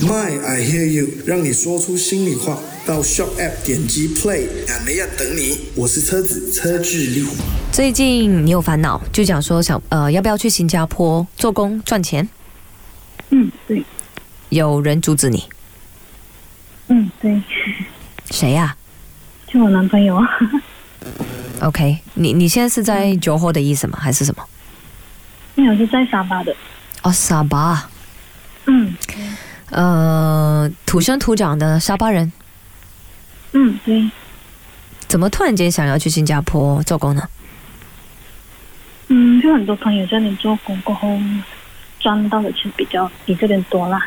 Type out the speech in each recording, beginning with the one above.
My I Hear You，让你说出心里话。到 Shop App 点击 Play，俺们要等你。我是车子车志力。最近你有烦恼，就讲说想呃要不要去新加坡做工赚钱？嗯，对，有人阻止你，嗯对，谁啊呀、就我男朋友， o k 你你现在是在 Johor 的意思吗？还是什么？没有是在沙巴的。哦，沙巴，嗯呃，土生土长的沙巴人，嗯，对，怎么突然间想要去新加坡做工 呢？嗯，就很多朋友在那里做工过后，赚到的钱比较比这边多啦。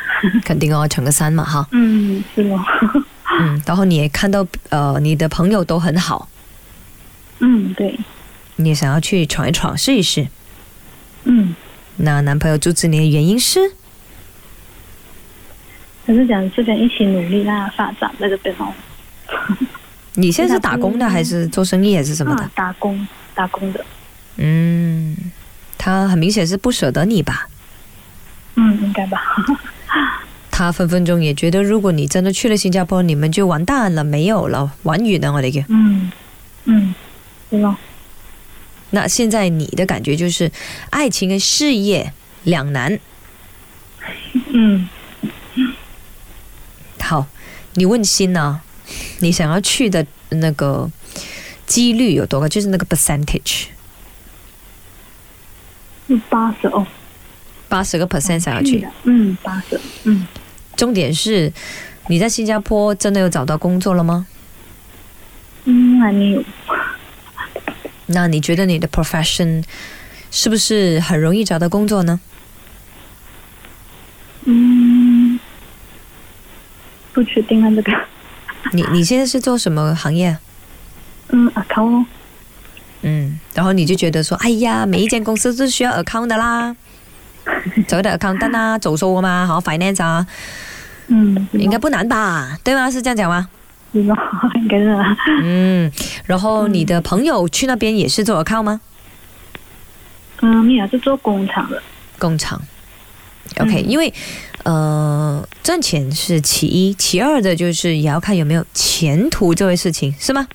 肯定哦，成个山嘛哈，嗯，是咯。嗯，然后你也看到呃你的朋友都很好， 嗯，对，你也想要去闯一闯试一试。嗯，那男朋友阻止你的原因是？可是讲这边一起努力啦，发展在这边哦。你现在是打工的嗯还是做生意还是什么的 啊？，打工打工的，嗯，他很明显是不舍得你吧？嗯，应该吧。 他分分钟也觉得，如果你真的去了新加坡，你们就完蛋了，没有了，玩完了我哋叫。嗯嗯，是咯。那现在你的感觉就是，爱情跟事业两难。嗯好，你问心呢、你想要去的那个几率有多高？就是那个 percentage，是八十哦，八十个 percent 想要去。的。嗯，八十。嗯，重点是，你在新加坡真的有找到工作了吗？嗯，还没有。那你觉得你的 profession 是不是很容易找到工作呢？嗯，不确定啊，这个。你你现在是做什么行业？嗯，啊，靠哦。嗯，然后你就觉得说，哎呀，每一间公司都需要 account 的啦，所谓的 accountant 啊，走数啊嘛，好 finance 啊，嗯，应该不难吧？对吗？是这样讲吗？是咯，应该是啊。嗯，然后你的朋友去那边也是做 account 吗？嗯，米娅是做工厂的。工厂。OK，、因为呃，赚钱是其一，其二的就是也要看有没有前途这回事情，是吗？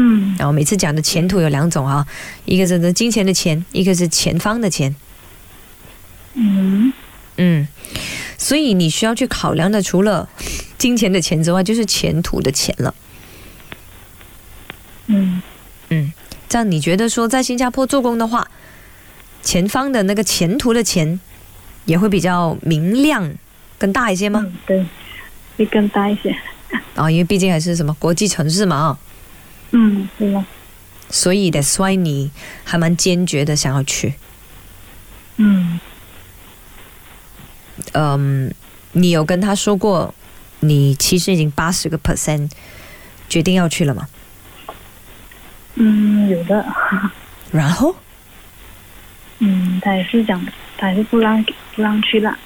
嗯然后每次讲的前途有两种啊，一个是金钱的钱，一个是前方的钱。嗯嗯，所以你需要去考量的，除了金钱的钱之外，就是前途的钱了。嗯这样你觉得说，在新加坡做工的话，前方的那个前途的钱也会比较明亮、更大一些吗？嗯，对，会更大一些。啊、因为毕竟还是什么国际城市嘛啊、嗯，是咯。所以 that's why 你还蛮坚决的想要去。嗯嗯，你有跟他说过，你其实已经八十个 percent 决定要去了嘛？嗯，有的。 然后嗯，他也是讲，他也是不让不让去啦。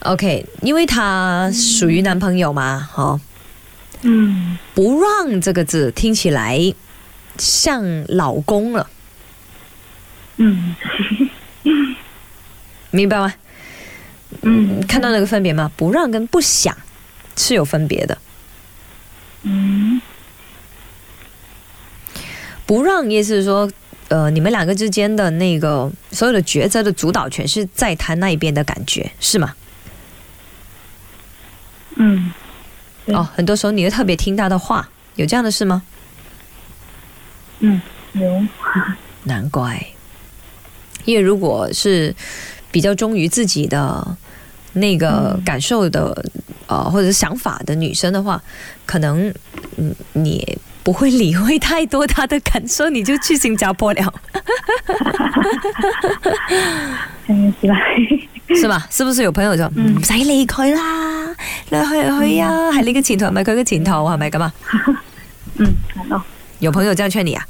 ，OK，因为他属于男朋友嘛，哦，嗯不让这个字听起来像老公了，嗯明白吗？嗯看到那个分别吗？不让跟不想是有分别的，嗯不让意思是说。呃，你们两个之间的那个所有的抉择的主导权是在他那一边的感觉，是吗？嗯，对哦，很多时候你会特别听他的话，有这样的事吗？嗯有。 难怪，因为如果是比较忠于自己的那个嗯感受的、呃或者是想法的女生的话，可能嗯你也不会理会太多她的感受，你就去新加坡 了，这样子啦。是吧？是不是有朋友就嗯唔使理佢啦，你去就去啊，係你嘅前途係咪佢嘅前途係咪咁啊？ 嗯，好咯。有朋友这样劝你啊？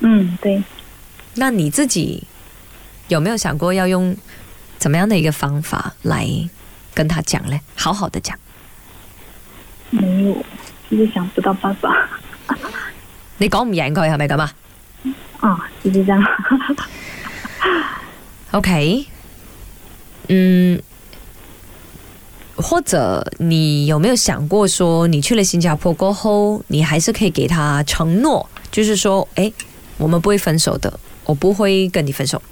嗯，对。那你自己有没有想过要用怎么样的一个方法来跟他讲嘞？好好的讲，没有，就是想不到办法你讲唔赢佢系咪咁啊 啊，就是这样。 ？OK，嗯，或者你有没有想过说，你去了新加坡过后，你还是可以给他承诺，就是说，哎，我们不会分手的，我不会跟你分手。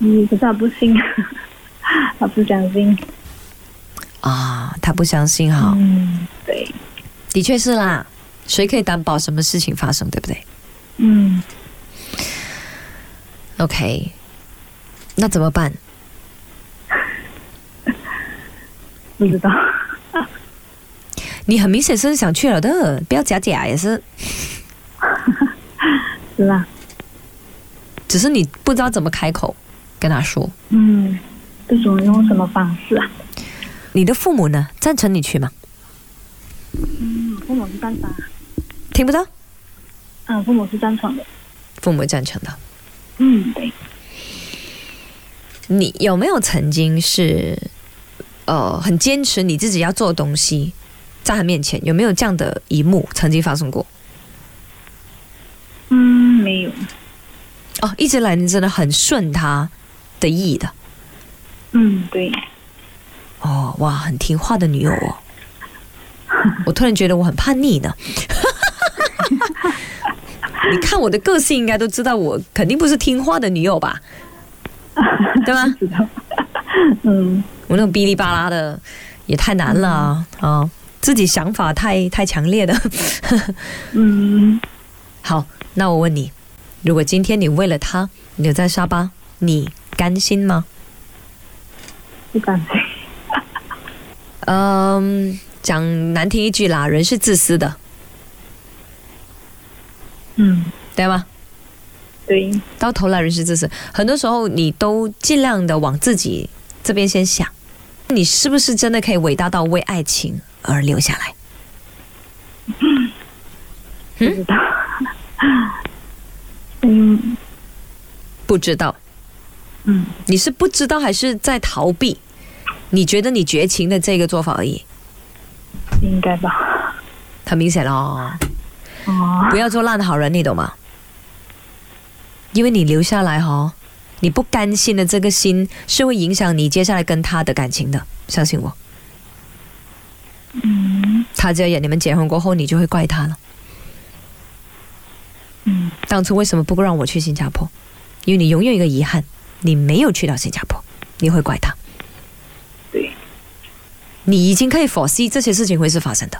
嗯，可是他不信， 他不相信。啊，他不相信哈、嗯，对，的确是啦。谁可以担保什么事情发生，对不对嗯， ？OK，那怎么办？不知道。 你很明显是想去了的，不要假假也是，是啊啦，只是你不知道怎么开口跟他说。嗯，这种用什么方式啊？你的父母呢？赞成你去吗？嗯，父母是赞成啊，听不到，嗯，父母是赞成的。父母赞成的。嗯，对，你有没有曾经是，呃，很坚持你自己要做的东西，在他面前有没有这样的一幕曾经发生过？嗯，没有，哦，一直来你真的很顺他的意的。嗯，对，哦，哇，很听话的女友 哦。我突然觉得我很叛逆 呢。你看我的个性，应该都知道我肯定不是听话的女友吧？对吗？知道。嗯我那种哔哩吧啦的也太难了啊！啊自己想法太太强烈的。 嗯，好，那我问你，如果今天你为了他留在沙巴，你甘心吗？不敢 信。嗯，讲难听一句啦，人是自私的，嗯，对吗？对，到头来人是自私，很多时候你都尽量的往自己这边先想，你是不是真的可以伟大到为爱情而留下来？不知道。嗯不知道嗯，你是不知道还是在逃避？你觉得你绝情的这个做法而已，应该吧。很明显咯，哦，不要做烂好人，你懂吗？因为你留下来哦，你不甘心的这个心是会影响你接下来跟他的感情的，相信我。嗯他只要演你们结婚过后，你就会怪他了。嗯，当初为什么不让我去新加坡？因为你永远有一个遗憾，你没有去到新加坡，你会怪他。对。你已经可以 foresee 这些事情会是发生的。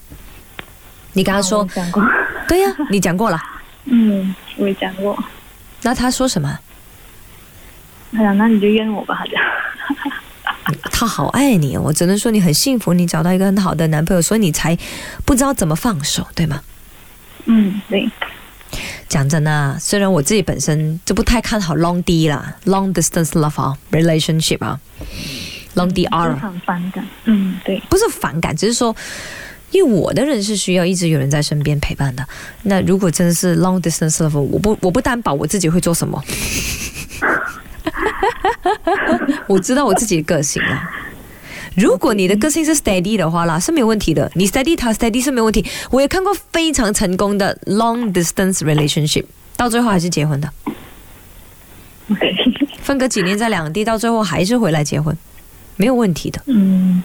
你跟他我说，讲过，对呀、你讲过了。嗯，我也讲过。那他说什么？他讲哎那你就怨我吧，他讲。 他好爱你，我只能说你很幸福，你找到一个很好的男朋友，所以你才不知道怎么放手，对吗？ 嗯，对，讲真啊，虽然我自己本身就不太看好 long D 啦，long distance love 啊，relationship 啊，long 啊就 DR 很反感。嗯，对，不是反感，只是说，因为我的人是需要一直有人在身边陪伴的。那如果真的是 long distance love，我不我不担保我自己会做什么。 我知道我自己的个性了。如果你的个性是 steady 的话啦，是没有问题的。你 steady 他 steady 是没有问题。我也看过非常成功的 long distance relationship，到最后还是结婚的，对，分隔几年在两地，到最后还是回来结婚，没有问题的。嗯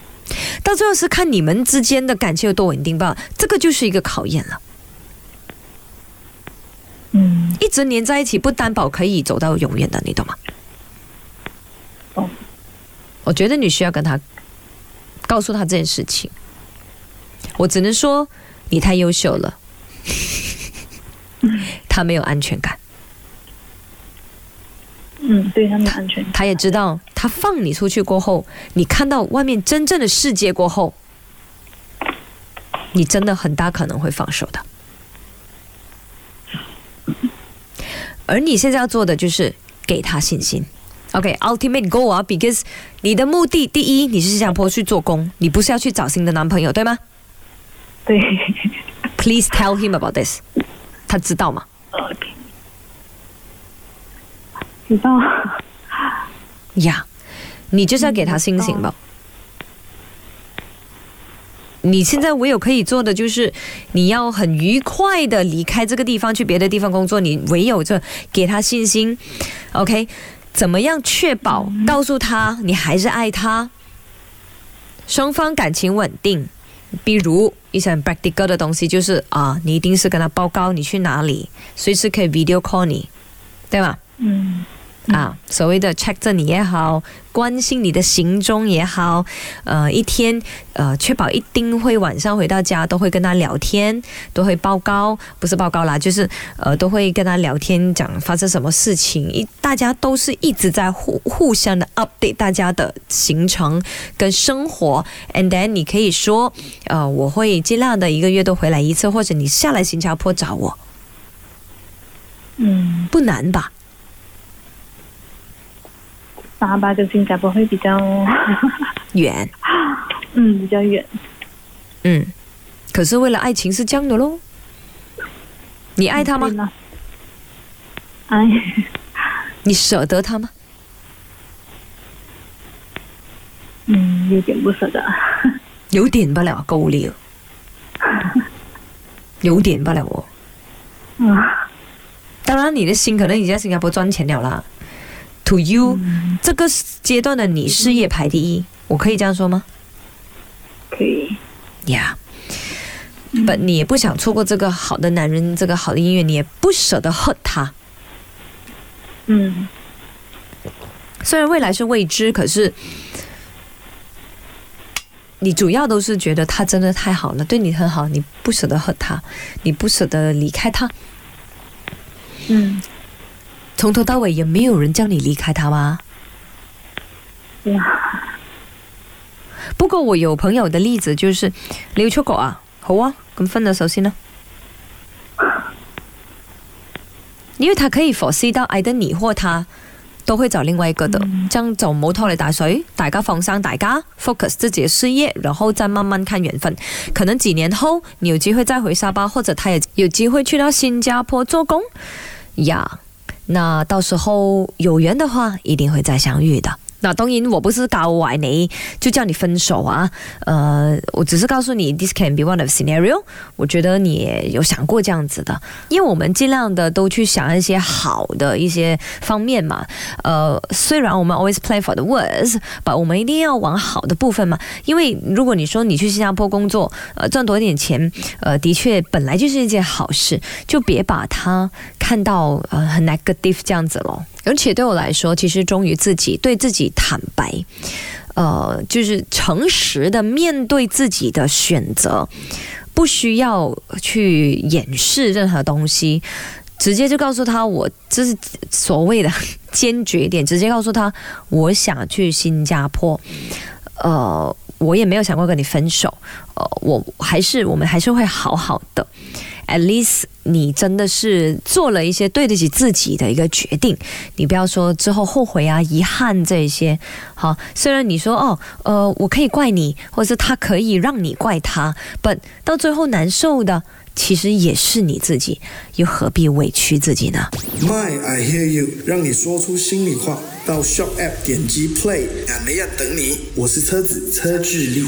到最后是看你们之间的感情有多稳定吧，这个就是一个考验了。嗯，一直黏在一起，不担保可以走到永远的，你懂吗？懂我觉得你需要跟他告诉他这件事情。我只能说，你太优秀了， 他没有安全感，嗯，对他没有安全感。他也知道，他放你出去过后，你看到外面真正的世界过后，你真的很大可能会放手的。而你现在要做的就是给他信心。OK，ultimate、goal 啊，because 你的目的第一，你是新加坡去做工，你不是要去找新的男朋友，对吗对？Please tell him about this。他知道吗？ ，OK，知道。呀、你就是要给他信心吧。你现在唯有可以做的就是，你要很愉快的离开这个地方，去别的地方工作。你唯有这给他信心，OK，怎么样确保告诉他你还是爱他，双方感情稳定。比如一些很 practical 的东西，就是啊，你一定是跟他报告你去哪里，随时可以 video call 你，对吧？嗯，嗯啊，所谓的 check 着你也好，关心你的行踪也好，呃，一天呃，确保一定会晚上回到家都会跟他聊天，都会报告，不是报告啦，就是呃，都会跟他聊天，讲发生什么事情，一大家都是一直在互互相的 update 大家的行程跟生活，and then 你可以说，呃，我会尽量的一个月都回来一次，或者你下来新加坡找我，嗯，不难吧？沙巴跟新加坡会比较， 远，嗯，比较远。嗯，可是为了爱情是这样的喽。你爱他吗对？啦？哎，你舍得他吗？嗯，有点不舍得。有点不了，够力了，有点不了哦。嗯当然，你的心可能已经在新加坡赚钱了啦。To you，、这个阶段的你事业排第一，我可以这样说吗可以。 ？Yeah。But 你也不想错过这个好的男人，这个好的音乐，你也不舍得 hurt 他。嗯虽然未来是未知，可是你主要都是觉得他真的太好了，对你很好，你不舍得和他，你不舍得离开他，嗯，从头到尾也没有人叫你离开他吗？对啊，不过我有朋友的例子就是，你要出國啊，好啊，咁分咗手先啦。因為他可以 foresee 到愛得你或他都會找另外一個的，這樣就唔好拖泥帶水，大家放生，大家 focus 自己的事業，然後再慢慢看緣分。可能幾年後你有機會再回沙巴，或者他也有機會去到新加坡做工呀。那到時候有緣的話，一定會再相遇的。那當然，我不是教壞你，就叫你分手啊。呃，我只是告訴你，this can be one of scenario。我覺得你也有想過這樣子的，因為我們盡量的都去想一些好的一些方面嘛。呃，雖然我們 always play for the worst，but 我們一定要往好的部分嘛。因為如果你說你去新加坡工作，呃，賺多一點錢，呃，的確本來就是一件好事，就別把它看到呃很 negative 這樣子咯。而且對我來說，其實忠於自己，對自己坦白。呃，就是誠實的面對自己的選擇，不需要去掩飾任何東西，直接就告訴他我这是所謂的 堅決一點，直接告訴他我想去新加坡，呃，我也没有想过跟你分手，呃，我还是我们还是会好好的。At least 你真的是做了一些对得起自己的一个决定，你不要说之后后悔啊、遗憾这一些。好，虽然你说哦，呃，我可以怪你，或者是他可以让你怪他，but 到最后难受的其实也是你自己，又何必委屈自己呢？ My I Hear You，让你说出心里话。到 Shop App 点击 Play，俺们要等你。我是车子车志力。